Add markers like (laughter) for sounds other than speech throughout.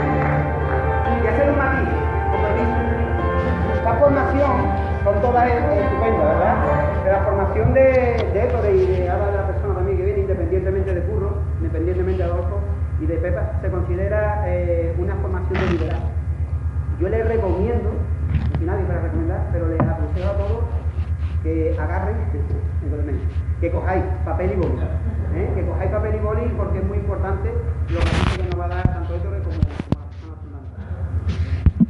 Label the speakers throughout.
Speaker 1: Y hacer un matiz, con permiso. Esta formación son todas estupendas, ¿verdad? De la formación de, de Héctor y de ahora de la persona también que viene, independientemente de Curro, independientemente de Adolfo y de Pepa, se considera eh, una formación de liderazgo. Yo les recomiendo, no soy nadie para recomendar, pero les aconsejo a todos que agarren, evidentemente, que cojáis papel y boli, ¿eh? que cojáis papel y boli porque es muy importante lo que nos va a dar tanto Héctor como, como la persona fundamental.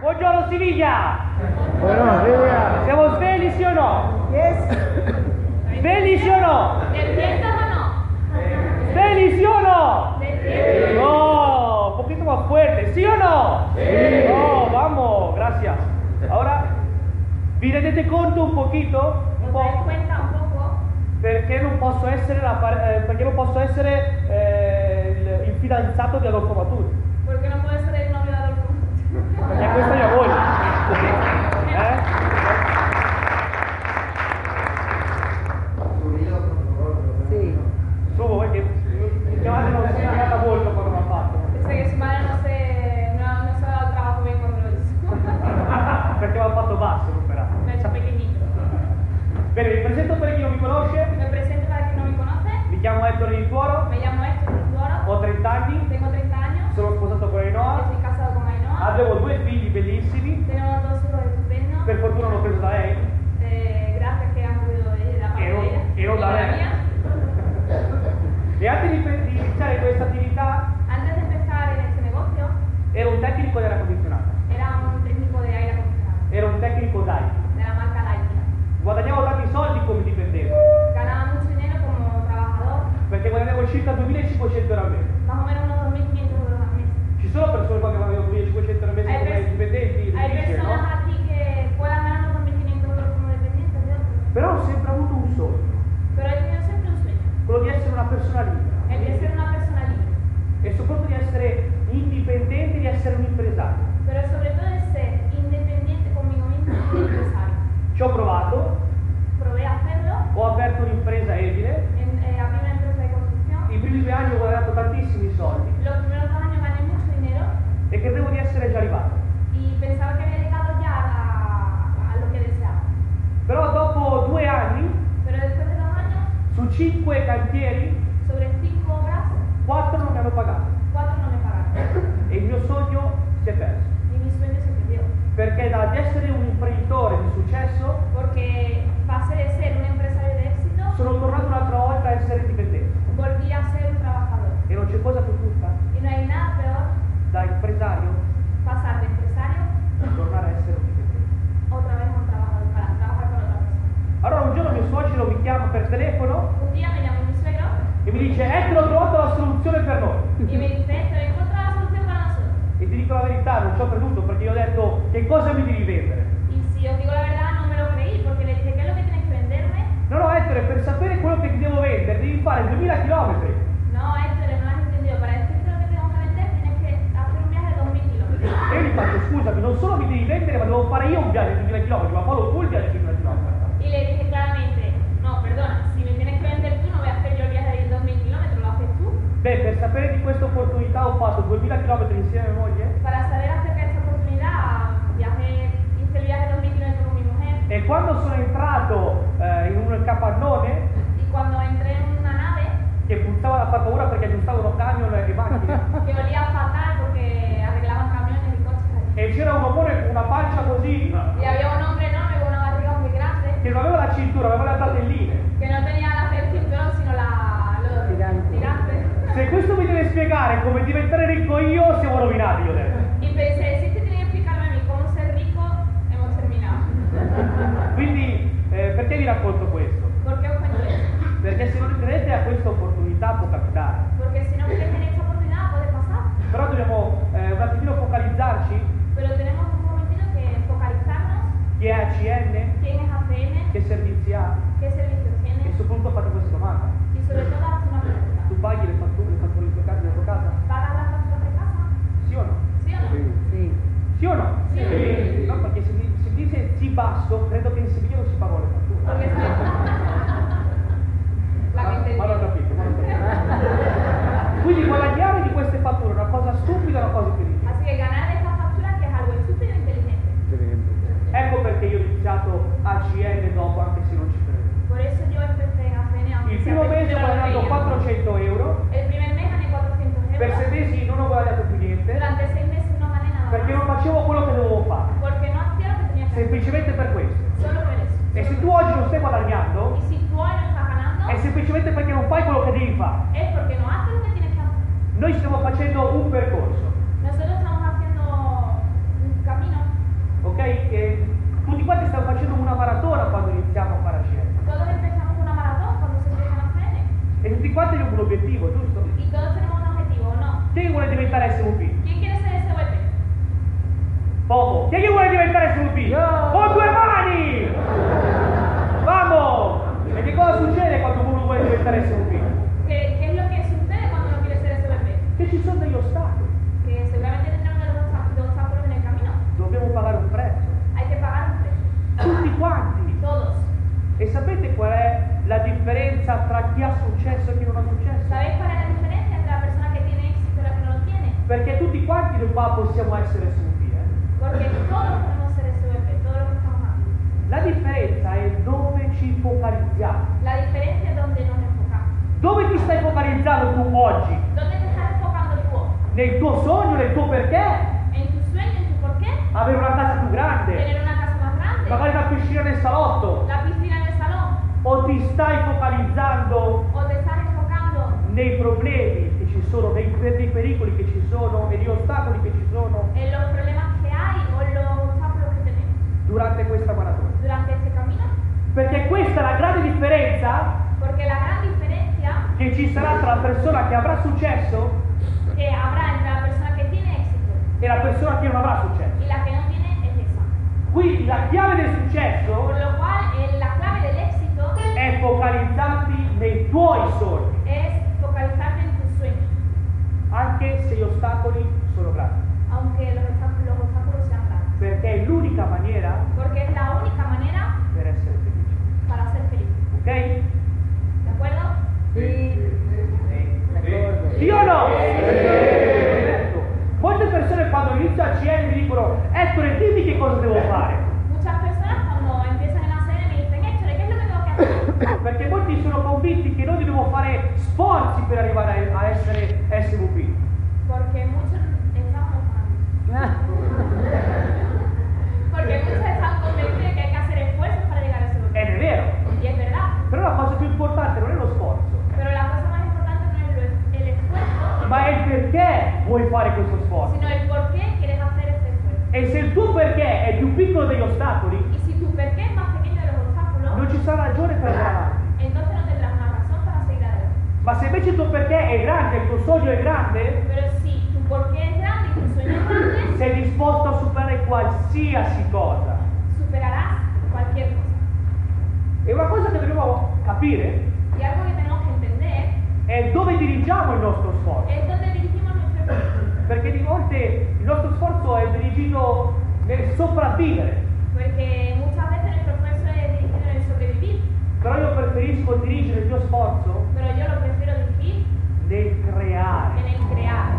Speaker 2: Buongiorno Siviglia! Siamo svegli sì o no? Svegli sì o no?
Speaker 3: ¿Despiertas o no?
Speaker 2: Svegli sì o no? No, un poquito más fuerte, ¿sí o no? No, vamos, gracias. Ahora, vi rendete conto un poquito, un
Speaker 3: ¿Os dais
Speaker 2: po',
Speaker 3: cuenta un poco?
Speaker 2: perché non posso essere, la par- eh, perché non posso essere eh, il, il fidanzato di Adolfo Maturi.
Speaker 3: Porque no puedes ser el novio de Adolfo.
Speaker 2: Perché questa io voglio. Eh?
Speaker 1: Sí.
Speaker 2: Subo, perché mi chiamate non si è andata molto quando l'ha fatto.
Speaker 3: Dice que su madre no se, no, no se ha dado trabajo bien cuando (laughs) lo hizo.
Speaker 2: Ah, perché mi ha fatto basso l'operato.
Speaker 3: Lo ha hecho pequeñito.
Speaker 2: Bene, vi presento per chi non mi conosce,
Speaker 3: Me presento para quien no me conoce.
Speaker 2: mi chiamo Ettore Di Tuoro,
Speaker 3: Me llamo Héctor Floro.
Speaker 2: ho 30 anni,
Speaker 3: Tengo 30 años.
Speaker 2: sono sposato con Enoa,
Speaker 3: Estoy casado con Ainhoa.
Speaker 2: avevo due figli bellissimi,
Speaker 3: Tenemos dos hijos estupendos.
Speaker 2: per fortuna l'ho preso da lei,
Speaker 3: Eh, gracias que han cuidado de ella, de la parte
Speaker 2: Ero-
Speaker 3: de ella.
Speaker 2: ero
Speaker 3: y de
Speaker 2: la-
Speaker 3: la mía.
Speaker 2: e antes di, pre- di iniziare questa attività
Speaker 3: Antes de empezar en este negocio,
Speaker 2: ero un tecnico di aria condizionata,
Speaker 3: era un técnico de aire acondicionado,
Speaker 2: ero un tecnico DAI,
Speaker 3: de la marca Lightning.
Speaker 2: guadagnavo tanti soldi come dipendente,
Speaker 3: Ganaba mucho dinero como trabajador,
Speaker 2: perché guadagnavo circa 2500 euro al mese.
Speaker 3: más o menos unos 2.500 euros al mes.
Speaker 2: Ci sono persone qua che guadagnano 2500 euro al mese
Speaker 3: Hai
Speaker 2: come
Speaker 3: pres-
Speaker 2: dipendenti,
Speaker 3: Hay
Speaker 2: dice,
Speaker 3: personas
Speaker 2: no?
Speaker 3: aquí que puedan ganar unos 2.500 euros como dependientes de otros,
Speaker 2: Però ho sempre avuto un sogno,
Speaker 3: pero he tenido siempre un sueño,
Speaker 2: quello di essere una persona libera.
Speaker 3: el de ser una persona libre,
Speaker 2: e soprattutto di essere indipendente, di essere un impresario.
Speaker 3: pero sobre todo de ser independiente conmigo mismo y empresario.
Speaker 2: Ci ho provato,
Speaker 3: Probé a hacerlo,
Speaker 2: ho aperto un'impresa edile,
Speaker 3: en, eh, abrí una empresa de construcción,
Speaker 2: i primi due anni ho guadagnato tantissimi soldi
Speaker 3: los primeros dos años gané mucho dinero
Speaker 2: e credevo di essere già arrivato.
Speaker 3: y pensaba que había llegado ya a, a lo que deseaba,
Speaker 2: Però dopo due anni,
Speaker 3: pero después de dos años,
Speaker 2: su cinque cantieri,
Speaker 3: sobre cinco obras,
Speaker 2: quattro non mi hanno pagato
Speaker 3: cuatro no me pagaron.
Speaker 2: e il mio sogno si è perso.
Speaker 3: y mi sueño se perdió.
Speaker 2: Perché da essere un imprenditore di successo
Speaker 3: Porque pasé de ser un empresario de éxito,
Speaker 2: sono tornato un'altra volta a essere dipendente
Speaker 3: volví a ser un trabajador.
Speaker 2: e non c'è cosa più brutta
Speaker 3: Y no hay nada peor
Speaker 2: da impresario
Speaker 3: pasar de empresario
Speaker 2: a tornare a essere un dipendente.
Speaker 3: otra vez a un trabajador para trabajar con otra persona.
Speaker 2: Allora un giorno mio suocero mi chiama per telefono
Speaker 3: Un día me llamó mi suegro
Speaker 2: e mi dice Ettore ho trovato la soluzione per noi
Speaker 3: y me dice, Héctor, he encontrado la solución para nosotros.
Speaker 2: e ti dico la verità non ci ho creduto perché io ho detto che cosa mi devi vendere
Speaker 3: Y si os digo la verdad, no me lo creí, porque le dije, ¿qué es lo que tienes que venderme?
Speaker 2: no no Ettore per sapere quello che ti devo vendere devi fare 2000 km
Speaker 3: No, Héctor, no has entendido. Para decirte lo que tengo que vender, tienes que hacer un viaje de 2.000 kilómetros.
Speaker 2: e io gli faccio scusami non solo mi devi vendere ma devo fare io un viaggio di 2000 km ma Paolo tu il viaggio di 2000 km
Speaker 3: Y le dije claramente, no, perdona, si me tienes que vender tú, no voy a hacer yo el viaje de 2.000 kilómetros, lo haces tú.
Speaker 2: beh per sapere di questa opportunità ho fatto 2000 km insieme a mia moglie
Speaker 3: Para saber acerca de esta oportunidad, viajé, hice el viaje de 2.000 kilómetros con mi mujer
Speaker 2: e quando sono entrato eh, in un capannone
Speaker 3: y cuando entré en una nave,
Speaker 2: che puntava da far paura perché aggiustavano camion e macchine
Speaker 3: que olía fatal porque arreglaban camiones y coches allí.
Speaker 2: e c'era un uomo una pancia così
Speaker 3: Y había un hombre enorme con una barriga muy grande
Speaker 2: che non aveva la cintura, aveva le tartelline.
Speaker 3: que no tenía la el cinturón, sino la, los
Speaker 1: Tirantes.
Speaker 3: tirantes.
Speaker 2: Se questo mi deve spiegare come diventare ricco io, siamo rovinati, io detto.
Speaker 3: Y pensé, si este tiene que explicarme a mí cómo ser rico,
Speaker 2: eh, a conto questo?
Speaker 3: Perché ho fatto questo?
Speaker 2: Perché se non credete a questa opportunità può capitare.
Speaker 3: Porque si no crees en esa oportunidad, puede pasar.
Speaker 2: Però dobbiamo eh, un attimino focalizzarci
Speaker 3: Pero tenemos un momentito que focalizarnos.
Speaker 2: chi è ACN,
Speaker 3: ¿Quién es ACN?
Speaker 2: che servizi ha
Speaker 3: ¿Qué servicios
Speaker 2: e
Speaker 3: tiene?
Speaker 2: soprattutto fate questa domanda.
Speaker 3: Y sobre todo, haz una pregunta.
Speaker 2: Tu paghi le fatture, le fatture della tua- della tua casa?
Speaker 3: ¿Pagas las facturas de casa?
Speaker 2: Sì o no?
Speaker 3: ¿Sí o no?
Speaker 4: Sì.
Speaker 2: Sì o no?
Speaker 3: Sì.
Speaker 2: Sì. No, perché se, di- se dice sì basso, credo che in Siviglia non si pagò le
Speaker 3: Porque
Speaker 2: fatture.
Speaker 3: (laughs) si La
Speaker 2: Ma-
Speaker 3: que
Speaker 2: ma l'ho
Speaker 3: entendió.
Speaker 2: capito, ma l'ho capito. Quindi guadagnare di queste fatture è una cosa stupida, una cosa incredibile.
Speaker 3: Así que ganar de estas facturas, que es algo estúpido e inteligente.
Speaker 2: Ecco perché io ho iniziato ACN dopo, anche se non ci credo.
Speaker 3: Por eso yo empecé en ACN, aunque
Speaker 2: Il
Speaker 3: sea
Speaker 2: primo mese ho
Speaker 3: no lo
Speaker 2: guadagnato
Speaker 3: creía.
Speaker 2: 400 euro,
Speaker 3: El primer mes gané 400
Speaker 2: per sei
Speaker 3: euros.
Speaker 2: mesi non ho guadagnato più niente,
Speaker 3: Durante seis meses no gané nada
Speaker 2: perché non
Speaker 3: más.
Speaker 2: facevo quello che dovevo fare,
Speaker 3: Porque no hacía lo que tenía que hacer.
Speaker 2: semplicemente per questo.
Speaker 3: Solo por eso.
Speaker 2: E se tu oggi non stai guadagnando,
Speaker 3: Y si tú hoy no estás ganando,
Speaker 2: è semplicemente perché non fai quello che devi fare.
Speaker 3: es porque no haces lo que tienes que hacer.
Speaker 2: Noi stiamo facendo un percorso.
Speaker 3: Nosotros estamos haciendo un camino.
Speaker 2: Ok? E tutti quanti stanno facendo una maratona quando iniziamo a fare ACN.
Speaker 3: Todos empezamos una maratón cuando se empiezan a ACN.
Speaker 2: E tutti quanti abbiamo un obiettivo, giusto?
Speaker 3: Y todos tenemos un objetivo, ¿o no?
Speaker 2: Chi è che vuole diventare SVP?
Speaker 3: ¿Quién quiere ser ese golpe?
Speaker 2: Poco. Chi è che vuole diventare SVP?
Speaker 4: Io.
Speaker 2: Con due mani! Vamos! E che cosa succede quando uno vuole diventare SVP?
Speaker 3: ¿Qué, qué es lo que sucede cuando no quieres ser SVP?
Speaker 2: Che ci sono degli ostacoli.
Speaker 3: Que seguramente tendrán uno de los obsta- dos obstáculos en el camino.
Speaker 2: Dobbiamo pagare un prezzo.
Speaker 3: Hay que pagar un precio.
Speaker 2: Tutti quanti.
Speaker 3: Todos.
Speaker 2: E sapete qual è la differenza tra chi ha successo e chi non ha successo?
Speaker 3: ¿Sabéis cuál es la diferencia entre la persona que tiene éxito y la que no lo tiene?
Speaker 2: Perché tutti quanti noi qua possiamo essere SVP, eh?
Speaker 3: Porque todos podemos ser SVP, todos los que estamos aquí.
Speaker 2: La differenza è dove ci focalizziamo.
Speaker 3: La diferencia es donde nos enfocamos.
Speaker 2: Dove ti stai focalizzando tu oggi?
Speaker 3: ¿Dónde te estás enfocando tú hoy?
Speaker 2: Nel tuo sogno, nel tuo perché?
Speaker 3: ¿En tu sueño, en tu porqué?
Speaker 2: Avere una casa più grande?
Speaker 3: ¿Tener una casa más grande?
Speaker 2: Magari una piscina nel salotto?
Speaker 3: ¿La piscina en el salón?
Speaker 2: O ti stai focalizzando
Speaker 3: ¿O te estás enfocando
Speaker 2: nei problemi che ci sono, nei, per- nei pericoli che ci sono e negli ostacoli che ci sono
Speaker 3: en los problemas que hay o en los obstáculos que tenemos
Speaker 2: durante questa maratona?
Speaker 3: durante este camino?
Speaker 2: Perché questa è la grande differenza
Speaker 3: Porque la gran diferencia
Speaker 2: che ci sarà tra la persona che avrà successo
Speaker 3: que habrá entre la persona que tiene éxito
Speaker 2: e la persona che non avrà successo.
Speaker 3: y la que no tiene es esa.
Speaker 2: Quindi la chiave del successo
Speaker 3: Por lo cual, eh, la clave del éxito
Speaker 2: è focalizzarti nei tuoi sogni,
Speaker 3: es focalizarte en tus sueños,
Speaker 2: anche se gli ostacoli sono grandi.
Speaker 3: aunque los obstáculos, los obstáculos sean grandes.
Speaker 2: perché è l'unica maniera
Speaker 3: Porque es la única manera
Speaker 2: per essere felici.
Speaker 3: para ser feliz.
Speaker 2: Ok?
Speaker 3: ¿De acuerdo?
Speaker 4: D'accordo.
Speaker 2: Sì o no? Perfetto. Molte persone quando inizio a CN mi dicono Ettore dimmi che cosa devo fare
Speaker 3: Muchas personas cuando empiezan a hacer me dicen, Héctor, ¿qué es lo que tengo que hacer?
Speaker 2: perché molti sono convinti che noi dobbiamo fare sforzi per arrivare a a essere SVP
Speaker 3: Porque muchos estamos Porque muchos están convencidos de que hay que hacer esfuerzos para llegar a ese
Speaker 2: ed
Speaker 3: lugar.
Speaker 2: è vero
Speaker 3: Y es verdad.
Speaker 2: però la cosa più importante non è lo sforzo
Speaker 3: Pero la cosa más importante no es lo- el esfuerzo,
Speaker 2: ma è il perché vuoi fare questo sforzo
Speaker 3: sino el por qué quieres hacer ese esfuerzo.
Speaker 2: e se il tuo perché è più piccolo degli ostacoli
Speaker 3: Y si tu por qué es más pequeño de los obstáculos,
Speaker 2: non ci sarà ragione per andare avanti
Speaker 3: entonces no tendrás una razón para seguir adelante.
Speaker 2: ma se invece il tuo perché è grande il tuo sogno è grande
Speaker 3: Pero si tu por qué es grande y tus sueños grandes,
Speaker 2: Sei disposto a superare qualsiasi cosa.
Speaker 3: superarás cualquier cosa.
Speaker 2: E una cosa che dobbiamo capire
Speaker 3: Y algo que tenemos que entender
Speaker 2: è dove dirigiamo il nostro sforzo.
Speaker 3: es dónde dirigimos nuestro esfuerzo.
Speaker 2: Perché di volte il nostro sforzo è dirigito nel sopravvivere,
Speaker 3: Porque muchas veces nuestro esfuerzo es dirigido en el sobrevivir,
Speaker 2: però io preferisco dirigere il mio sforzo
Speaker 3: pero yo lo prefiero dirigir
Speaker 2: nel
Speaker 3: en
Speaker 2: creare.
Speaker 3: el crear,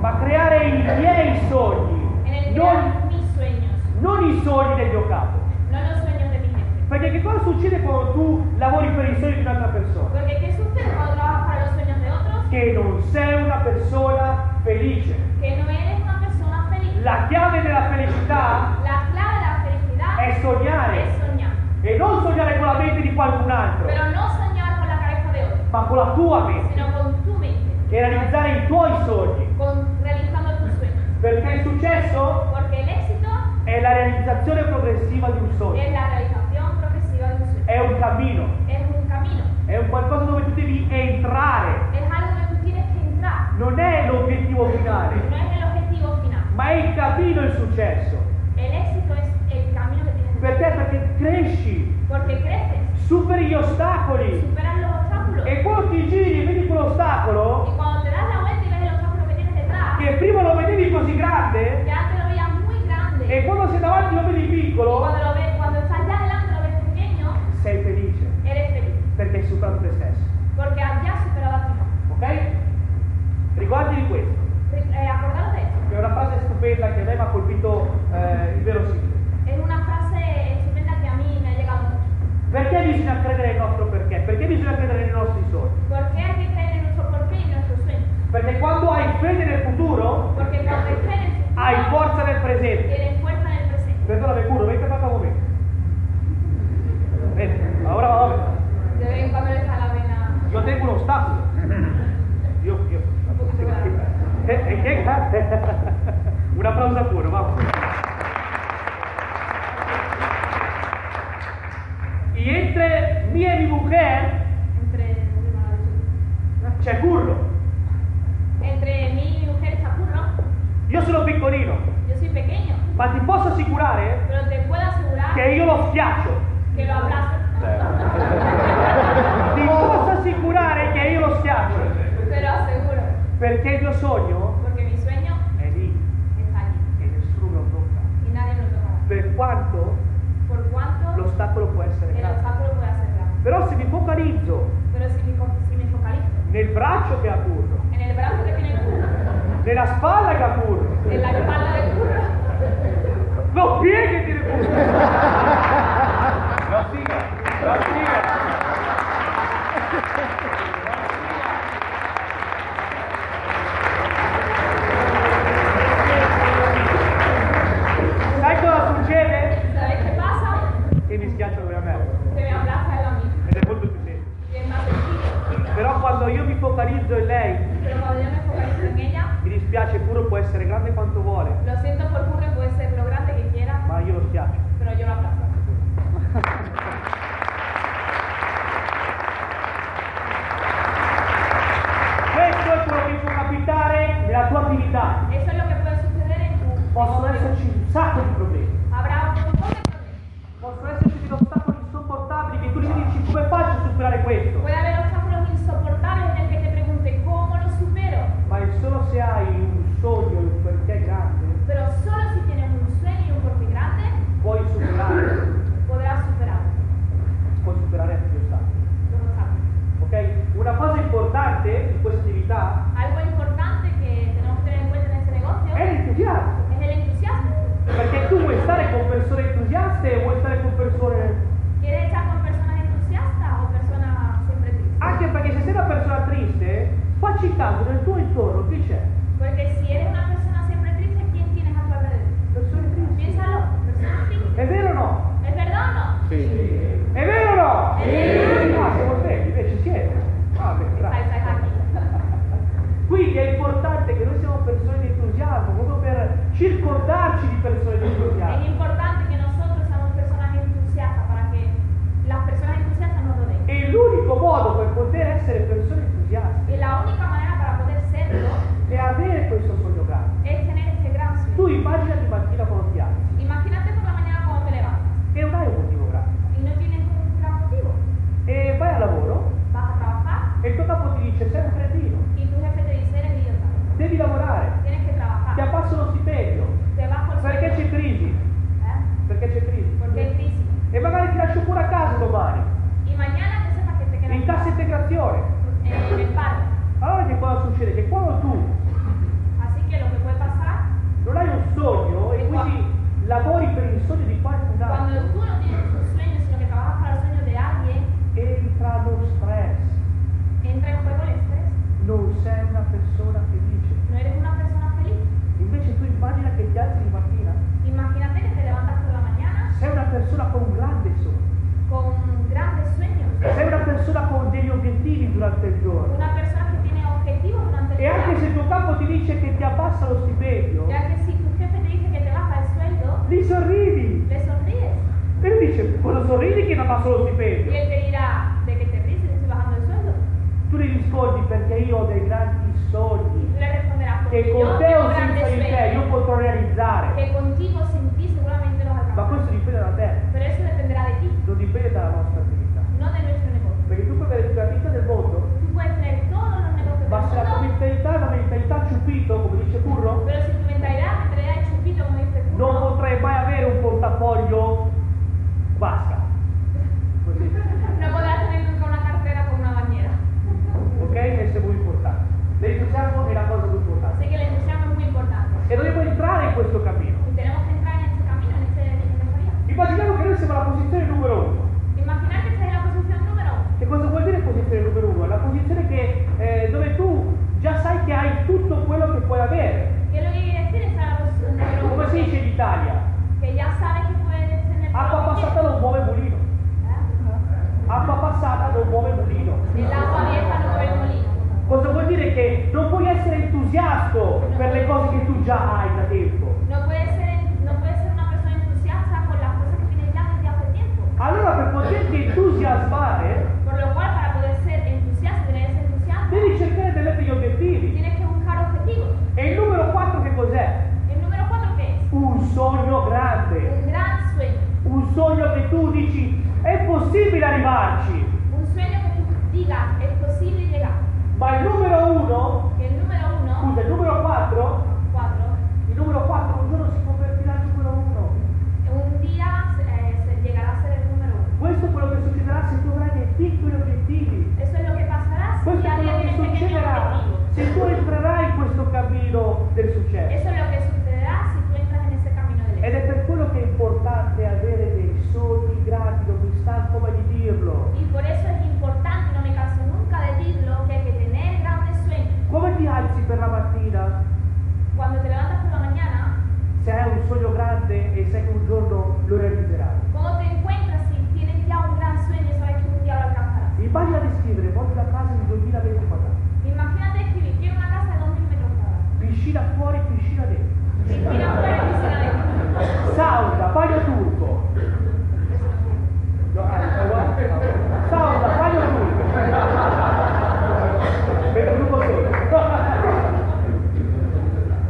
Speaker 2: Ma creare i miei sogni,
Speaker 3: en el crear
Speaker 2: non,
Speaker 3: mis sueños,
Speaker 2: non i sogni del mio capo.
Speaker 3: no los sueños de mi gente.
Speaker 2: Perché che cosa succede quando tu lavori per i sogni di un'altra persona?
Speaker 3: Porque ¿qué sucede cuando trabajas para los sueños de otros?
Speaker 2: Che non sei una persona felice.
Speaker 3: Que no eres una persona feliz.
Speaker 2: La chiave della felicità
Speaker 3: La clave de la felicidad
Speaker 2: è sognare
Speaker 3: es soñar.
Speaker 2: e non sognare con la mente di qualcun altro,
Speaker 3: Pero no soñar con la cabeza de otro,
Speaker 2: ma con la tua mente
Speaker 3: sino con tu mente,
Speaker 2: e realizzare i tuoi sogni.
Speaker 3: con, realizando tus sueños.
Speaker 2: Perché il successo
Speaker 3: Porque el éxito
Speaker 2: è la realizzazione progressiva di un
Speaker 3: es
Speaker 2: sogno,
Speaker 3: Eh. la realización progresiva de un sueño.
Speaker 2: è un camino.
Speaker 3: es un cammino,
Speaker 2: È un qualcosa dove tu devi entrare.
Speaker 3: es algo que tú tienes que entrar,
Speaker 2: Non è l'obiettivo finale,
Speaker 3: no es el objetivo final.
Speaker 2: ma è il camino il successo.
Speaker 3: El éxito es el camino que tienes que
Speaker 2: Per te
Speaker 3: entrar,
Speaker 2: perché cresci,
Speaker 3: porque creces,
Speaker 2: superi gli ostacoli.
Speaker 3: superas los obstáculos
Speaker 2: E quando ti giri e vedi quell'ostacolo,
Speaker 3: y cuando te das la vuelta y ves el obstáculo que tienes detrás,
Speaker 2: che prima lo vedevi così grande,
Speaker 3: que antes lo veías muy grande
Speaker 2: e quando sei davanti lo vedi
Speaker 3: y cuando
Speaker 2: piccolo,
Speaker 3: lo ves, cuando estás ya delante lo ves pequeño,
Speaker 2: sei felice,
Speaker 3: eres feliz,
Speaker 2: perché hai superato te stesso.
Speaker 3: porque allá superado a ti mismo.
Speaker 2: Ok? Ricordi di questo,
Speaker 3: Eh, acordaros de esto.
Speaker 2: che è una frase stupenda che a me mi ha colpito eh, il verosimile.
Speaker 3: Es una frase estupenda que a mí me ha llegado mucho.
Speaker 2: Perché bisogna credere nel nostro perché? Perché bisogna credere nei nostri sogni?
Speaker 3: Porque hay que creer en nuestro porqué y nuestros sueños.
Speaker 2: Perché quando hai fede nel futuro,
Speaker 3: Porque cuando hay fe en el futuro,
Speaker 2: hai forza nel presente.
Speaker 3: tienes fuerza en el presente.
Speaker 2: Perdonami, Curo, vente a un momento. Vente, ora vado.
Speaker 3: De vez en cuando le da la vena.
Speaker 2: Yo tengo un obstáculo. Yo, yo.
Speaker 3: Un poquito más.
Speaker 2: Eh, eh, che gra- (laughs) Un applauso a Curo, vamos. Y entre mí y mi mujer
Speaker 3: Entre,
Speaker 2: c'è Curro.
Speaker 3: entre mí y mi mujer está Curro.
Speaker 2: Io sono piccolino,
Speaker 3: Yo soy pequeño,
Speaker 2: ma ti posso assicurare
Speaker 3: pero te puedo asegurar
Speaker 2: che io lo schiaccio.
Speaker 3: que lo abrazo.
Speaker 2: Ti posso assicurare che io lo schiaccio.
Speaker 3: Te lo aseguro.
Speaker 2: Perché il mio sogno
Speaker 3: Porque mi sueño
Speaker 2: è lì
Speaker 3: está allí.
Speaker 2: e nessuno lo tocca.
Speaker 3: Y nadie lo tocará.
Speaker 2: Per quanto
Speaker 3: Por cuanto
Speaker 2: l'ostacolo può essere
Speaker 3: el
Speaker 2: grande.
Speaker 3: obstáculo puede ser grande.
Speaker 2: Però se mi focalizzo
Speaker 3: Pero si me, con- si me focalizo
Speaker 2: nel braccio che ha curro,
Speaker 3: en el brazo que tiene Curro,
Speaker 2: nella spalla che ha curro,
Speaker 3: en la espalda de Curro,
Speaker 2: lo piedi che tiene curro. Lo siga, lo siga. Sai cosa succede?
Speaker 3: ¿Sabes qué pasa?
Speaker 2: Che mi schiacciano la merda.
Speaker 3: Que me abraza es lo mismo.
Speaker 2: Ed è molto più semplice.
Speaker 3: Y es más sencillo.
Speaker 2: Però quando io mi focalizzo in lei,
Speaker 3: Pero cuando yo me focalizo en ella,
Speaker 2: mi dispiace pure può essere grande quanto vuole,
Speaker 3: lo siento por Curro, puede ser lo grande que quiera,
Speaker 2: ma io lo schiaccio.
Speaker 3: pero yo lo abrazo.
Speaker 2: Questo è quello che può capitare nella tua attività.
Speaker 3: Eso es lo que puede suceder en tu.
Speaker 2: Possono esserci un sacco di problemi,
Speaker 3: Habrá un montón de problemas.
Speaker 2: possono esserci degli ostacoli insopportabili che tu ti dici come faccio a superare questo.
Speaker 3: Puede haber obstáculos insoportables en el que te pregunte cómo lo supero,
Speaker 2: Ma è solo se hai un sogno e un perché grande,
Speaker 3: pero solo si tienes un sueño y un porqué grande,
Speaker 2: puoi superare,
Speaker 3: podrás superar
Speaker 2: puoi superare tutti gli ostacoli.
Speaker 3: los obstáculos.
Speaker 2: Ok? Una cosa importante in questa attività
Speaker 3: Algo importante que tenemos que tener en cuenta en este negocio
Speaker 2: è l'entusiasmo.
Speaker 3: es el entusiasmo.
Speaker 2: Perché tu vuoi stare con persone entusiaste e vuoi stare con persone.
Speaker 3: ¿Quieres estar con personas entusiastas o personas siempre tristes?
Speaker 2: Anche perché se sei una persona triste, facci caso nel tuo intorno, chi c'è?
Speaker 3: Porque si eres una persona siempre triste, ¿quién tienes a tu alrededor?
Speaker 2: Persone tristi.
Speaker 3: Piénsalo, personas tristes.
Speaker 2: È vero o no?
Speaker 3: ¿Es verdad o no?
Speaker 2: È vero o no?
Speaker 3: Sì.
Speaker 2: Ah, siamo svegli, invece siete. Ah, beh, bravo.
Speaker 3: Estáis aquí.
Speaker 2: Quindi è importante che noi siamo persone di entusiasmo, proprio per circondarci di persone di
Speaker 3: Es
Speaker 2: entusiasmo.
Speaker 3: importante que nosotros seamos personas entusiastas para que las personas entusiastas nos rodeen.
Speaker 2: E l'unico modo per poter essere persone entusiaste
Speaker 3: Y la única manera para poder serlo
Speaker 2: è avere questo sogno grande.
Speaker 3: es tener este gran
Speaker 2: Tu
Speaker 3: sueño.
Speaker 2: immaginati mattina quando ti alzi
Speaker 3: Imagínate por la mañana cuando te levantas
Speaker 2: e non hai un motivo grande.
Speaker 3: y no tienes un gran motivo.
Speaker 2: E vai al lavoro
Speaker 3: Vas a trabajar
Speaker 2: e il tuo capo ti dice sei un cretino,
Speaker 3: y tu jefe te dice eres idiota.
Speaker 2: devi lavorare,
Speaker 3: Tienes que
Speaker 2: ti
Speaker 3: trabajar.
Speaker 2: abbasso lo stipendio,
Speaker 3: Te vas por
Speaker 2: perché
Speaker 3: sueldo.
Speaker 2: c'è crisi,
Speaker 3: ¿Eh?
Speaker 2: perché c'è
Speaker 3: Porque
Speaker 2: crisi.
Speaker 3: hay crisis.
Speaker 2: E magari ti lascio pure a casa domani.
Speaker 3: Y mañana que sepas que te quedas
Speaker 2: in cassa integrazione.
Speaker 3: eh, en el paro.
Speaker 2: Allora che cosa succede? Che quando tu
Speaker 3: Así que lo que puede pasar,
Speaker 2: non hai un sogno e quindi lavori per il sogno di qualcun
Speaker 3: cuando
Speaker 2: altro,
Speaker 3: tú no tienes tus sueños, sino que trabajas para los sueños de alguien,
Speaker 2: entra lo stress.
Speaker 3: entra en juego el estrés.
Speaker 2: Non sei una persona felice.
Speaker 3: No eres una persona feliz.
Speaker 2: Invece tu immagina che ti alzi di mattina,
Speaker 3: Imagínate que te levantas por la mañana
Speaker 2: sei una persona con un grande sogno,
Speaker 3: con grandes sueños.
Speaker 2: sei una persona con degli obiettivi durante il giorno.
Speaker 3: Una persona que tiene objetivos durante el
Speaker 2: E anche
Speaker 3: día.
Speaker 2: se il tuo capo ti dice che ti abbassa lo stipendio,
Speaker 3: Ya que si tu jefe te dice que te baja el sueldo,
Speaker 2: gli sorridi.
Speaker 3: le sonríes.
Speaker 2: E lui dice, quello sorridi che non va solo
Speaker 3: Y
Speaker 2: stipendio.
Speaker 3: él te dirá, ¿de qué te ríes? Estoy bajando el sueldo.
Speaker 2: Tu le rispondi perché io ho dei grandi
Speaker 3: Y
Speaker 2: sogni
Speaker 3: tú le responderás,
Speaker 2: che
Speaker 3: porque
Speaker 2: con
Speaker 3: yo
Speaker 2: te
Speaker 3: tengo
Speaker 2: o senza
Speaker 3: grandes
Speaker 2: di te io
Speaker 3: sueños
Speaker 2: potrò realizzare.
Speaker 3: que contigo, sin ti, seguramente los
Speaker 2: Ma
Speaker 3: alcanzarás.
Speaker 2: questo dipende da te,
Speaker 3: Pero eso dependerá de ti,
Speaker 2: non dipende dalla nostra attività.
Speaker 3: no de nuestro negocio.
Speaker 2: Perché tu puoi avere il pianista del mondo,
Speaker 3: Tú puedes tener todos los negocios
Speaker 2: ma se la
Speaker 3: del
Speaker 2: tua
Speaker 3: mundo,
Speaker 2: mentalità è una mentalità ciupito, come dice Curro,
Speaker 3: pero si tu mentalidad te trae el chupito, como dice tú,
Speaker 2: non
Speaker 3: no
Speaker 2: potrai mai avere un portafoglio vasca. Così,
Speaker 3: no podrás tener nunca una cartera con una bañera.
Speaker 2: ok? Questo è molto importante. L'entusiasmo è la cosa più importante.
Speaker 3: Así que el entusiasmo es muy importante.
Speaker 2: E dobbiamo entrare in questo cammino.
Speaker 3: Y tenemos que entrar en este camino, en este en esta salida.
Speaker 2: Immaginiamo che noi siamo alla posizione numero uno.
Speaker 3: Imaginar que estáis en la posición número uno.
Speaker 2: Che cosa vuol dire posizione numero uno? È la posizione che, eh, dove tu già sai che hai tutto quello che puoi avere.
Speaker 3: ¿Qué es lo que quiere decir estar en la posición número uno?
Speaker 2: Come si dice in Italia?
Speaker 3: Que ya sabes que puedes tener
Speaker 2: Acqua
Speaker 3: todo lo que
Speaker 2: passata non
Speaker 3: quieres.
Speaker 2: muove mulino. Acqua passata non muove mulino.
Speaker 3: El agua vieja no mueve el molino.
Speaker 2: Cosa vuol dire che non puoi essere entusiasto per le cose che tu già hai da tempo?
Speaker 3: No puedes ser, no puedes ser una persona entusiasta con las cosas que tienes ya desde hace tiempo.
Speaker 2: Allora per poterti entusiasmare
Speaker 3: Por lo cual, para poder ser entusiasta, tener ese entusiasmo,
Speaker 2: devi cercare di avere degli obiettivi.
Speaker 3: tienes que buscar objetivos.
Speaker 2: E il numero 4 che cos'è?
Speaker 3: El número cuatro, ¿qué es?
Speaker 2: Un sogno grande.
Speaker 3: Un gran sueño.
Speaker 2: Un sogno che tu dici è possibile arrivarci.
Speaker 3: Un sueño que tú digas es posible llegar.
Speaker 2: Ma il numero 1,
Speaker 3: Que el número uno,
Speaker 2: scusa, il numero 4,
Speaker 3: cuatro,
Speaker 2: il numero 4 un giorno si convertirà in numero 1.
Speaker 3: un día eh, se- llegará a ser el número uno.
Speaker 2: Questo è quello che succederà se tu avrai dei piccoli obiettivi.
Speaker 3: Eso es lo que pasará si
Speaker 2: Questo è
Speaker 3: ya
Speaker 2: quello che
Speaker 3: tienes pequeños
Speaker 2: succederà
Speaker 3: objetivos.
Speaker 2: se tu entrerai in questo cammino del successo.
Speaker 3: Eso es lo que sucederá si tú entras en ese camino del éxito.
Speaker 2: Ed è per quello che è importante avere dei sogni grandi, non mi stanco mai di dirlo.
Speaker 3: Y por eso es importante, no me canso nunca de decirlo, que hay que tener grandes sueños.
Speaker 2: Come ti alzi per la mattina?
Speaker 3: Cuando te levantas por la mañana,
Speaker 2: Se hai un sogno grande e sai che un giorno lo realizzerai.
Speaker 3: ¿cómo te encuentras si tienes ya un gran sueño y sabes que un día lo alcanzarás?
Speaker 2: Immagina di scrivere, voglio la casa di 2024.
Speaker 3: Imagínate escribir, quiero una casa de 2.000 metros cuadrados.
Speaker 2: Piscina fuori, piscina dentro.
Speaker 3: Piscina fuera y piscina dentro.
Speaker 2: Sauna, bagno turco.
Speaker 3: Eso no quiero.
Speaker 2: No, ah, guarda. Sauna, bagno turco. Per un lungo tempo.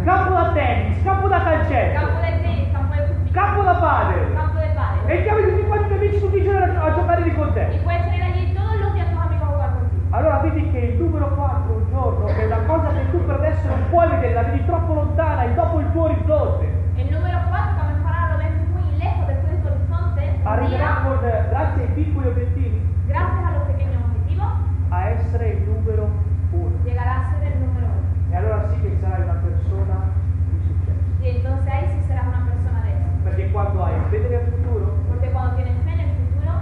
Speaker 2: Campo da tennis, campo da calcetto,
Speaker 3: Campo de tenis, campo de fútbol,
Speaker 2: campo da padre.
Speaker 3: campo de pádel.
Speaker 2: E chiami tutti quanti i tuoi amici tutti i giorni a a giocare lì con
Speaker 3: Y
Speaker 2: te.
Speaker 3: puedes tener allí todos los días tus amigos a jugar contigo.
Speaker 2: Allora vedi che il numero 4 un giorno che è una cosa che tu per adesso non puoi vedere, la vedi troppo lontana, è dopo il tuo orizzonte.
Speaker 3: El número 4, que a lo mejor ahora lo ves muy lejos después de tu horizonte, un
Speaker 2: Arriverà
Speaker 3: día,
Speaker 2: con, grazie ai piccoli obiettivi,
Speaker 3: gracias a los pequeños objetivos,
Speaker 2: a essere il numero 1.
Speaker 3: llegarás a ser el número 1.
Speaker 2: E allora sì che sarai una persona di successo.
Speaker 3: Y entonces ahí sí serás una persona de eso.
Speaker 2: Perché quando hai fede nel futuro,
Speaker 3: Porque cuando tienes fe en el futuro,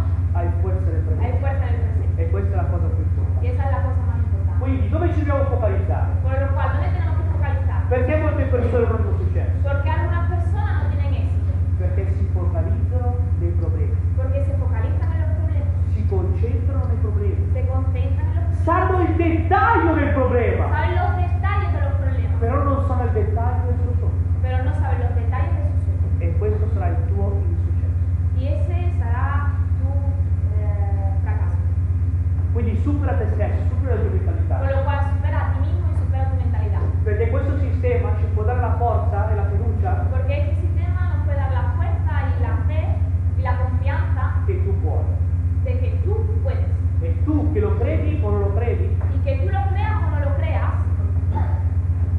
Speaker 2: hai forza nel
Speaker 3: hay
Speaker 2: presente.
Speaker 3: fuerza en el presente.
Speaker 2: E questa è la cosa più importante.
Speaker 3: Y esa es la cosa más importante.
Speaker 2: Quindi dove ci dobbiamo focalizzare?
Speaker 3: Por lo cual, ¿dónde tenemos que focalizar?
Speaker 2: Perché molte persone non hanno successo?
Speaker 3: Porque algunas personas no tienen éxito.
Speaker 2: Perché si focalizzano nei problemi,
Speaker 3: Porque se focalizan en los problemas,
Speaker 2: si concentrano nei problemi,
Speaker 3: se concentran en los problemas,
Speaker 2: sanno il dettaglio del problema,
Speaker 3: saben los detalles de los problemas,
Speaker 2: però non sanno il dettaglio del suo sogno.
Speaker 3: pero no saben los detalles de sus sueños.
Speaker 2: E questo sarà il tuo insuccesso.
Speaker 3: Y ese será tu eh, fracaso.
Speaker 2: Quindi supera te stesso, supera le tue
Speaker 3: Por
Speaker 2: mentalità.
Speaker 3: lo cual, supera a ti mismo y supera tu mentalidad.
Speaker 2: Perché questo sistema ci può dare la forza e la fiducia
Speaker 3: Porque este sistema nos puede dar la fuerza y la fe y la confianza
Speaker 2: che tu vuoi.
Speaker 3: de que tú puedes.
Speaker 2: E tu che lo credi o non lo credi,
Speaker 3: Y que tú lo creas o no lo creas,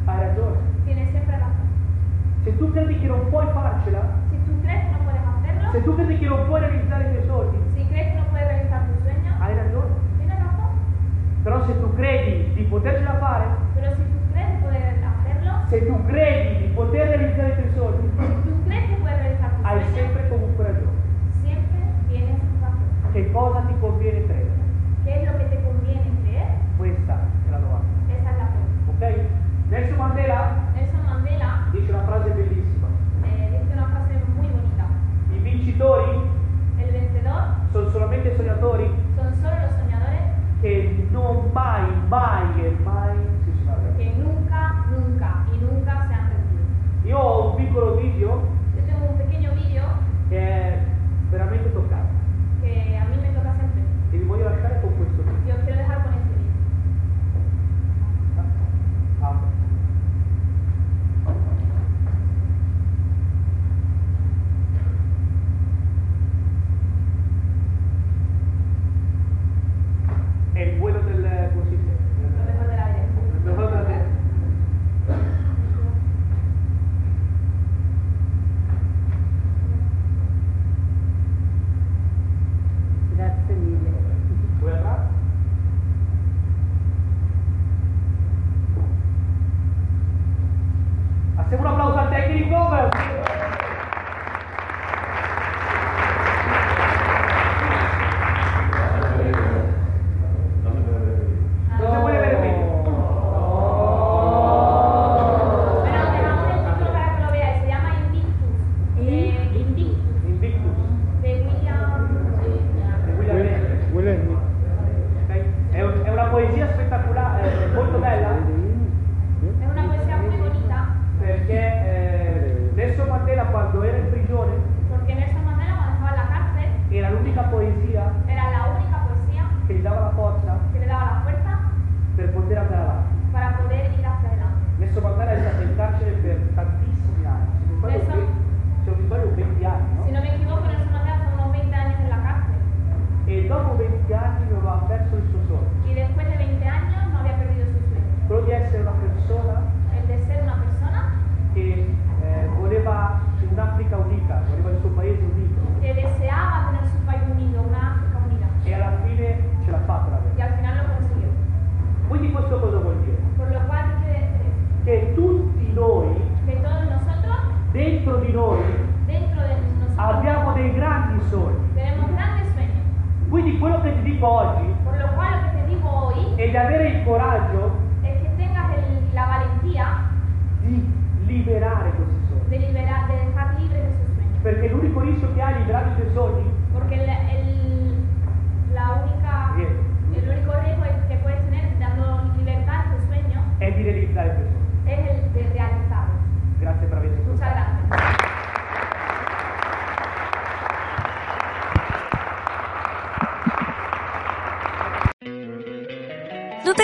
Speaker 2: hai ragione.
Speaker 3: tienes siempre razón.
Speaker 2: Se tu credi che non puoi farcela,
Speaker 3: Si tú crees que no puedes hacerlo,
Speaker 2: se tu credi che non puoi realizzare i tuoi sogni,
Speaker 3: si crees que no puedes realizar tus sueños,
Speaker 2: hai ragione.
Speaker 3: tienes razón.
Speaker 2: Però se tu credi di potercela fare,
Speaker 3: Pero si tú crees que puedes hacerlo,
Speaker 2: se tu credi di poter realizzare i tuoi sogni,
Speaker 3: si tú crees que puedes realizar tus
Speaker 2: hai
Speaker 3: sueños,
Speaker 2: sempre comunque ragione.
Speaker 3: siempre tienes razón.
Speaker 2: Che cosa ti conviene credere?
Speaker 3: ¿Qué es lo que te conviene creer?
Speaker 2: Questa è la domanda.
Speaker 3: Esa es la pregunta.
Speaker 2: Ok? Nelson Mandela
Speaker 3: Nelson Mandela
Speaker 2: dice una frase bellissima.
Speaker 3: eh, dice una frase muy bonita.
Speaker 2: I vincitori
Speaker 3: El vencedor
Speaker 2: sono solamente sognatori
Speaker 3: son solo los soñadores
Speaker 2: che non mai, mai e mai si sono arrabbiati.
Speaker 3: que nunca, nunca y nunca se han rendido.
Speaker 2: Io ho un piccolo video
Speaker 3: este eh,
Speaker 2: eh, eh, eh, sogni.
Speaker 3: Tenemos grandes sueños.
Speaker 2: Quindi quello che ti dico oggi
Speaker 3: Por lo cual lo que te digo hoy
Speaker 2: è di avere il coraggio
Speaker 3: es que tengas el- la valentía
Speaker 2: di liberare questi sogni.
Speaker 3: de, liberar, de dejar libres esos sueños.
Speaker 2: Perché l'unico rischio che hai liberato i tuoi sogni
Speaker 3: Porque el, el- la única,
Speaker 2: Bien.
Speaker 3: el único riesgo es que puedes tener dando libertad a tus sueños
Speaker 2: è di realizzare i tuoi sogni.
Speaker 3: es el de realizarlos.
Speaker 2: Grazie per averci ascoltato.
Speaker 3: Muchas gracias.
Speaker 4: ¿No te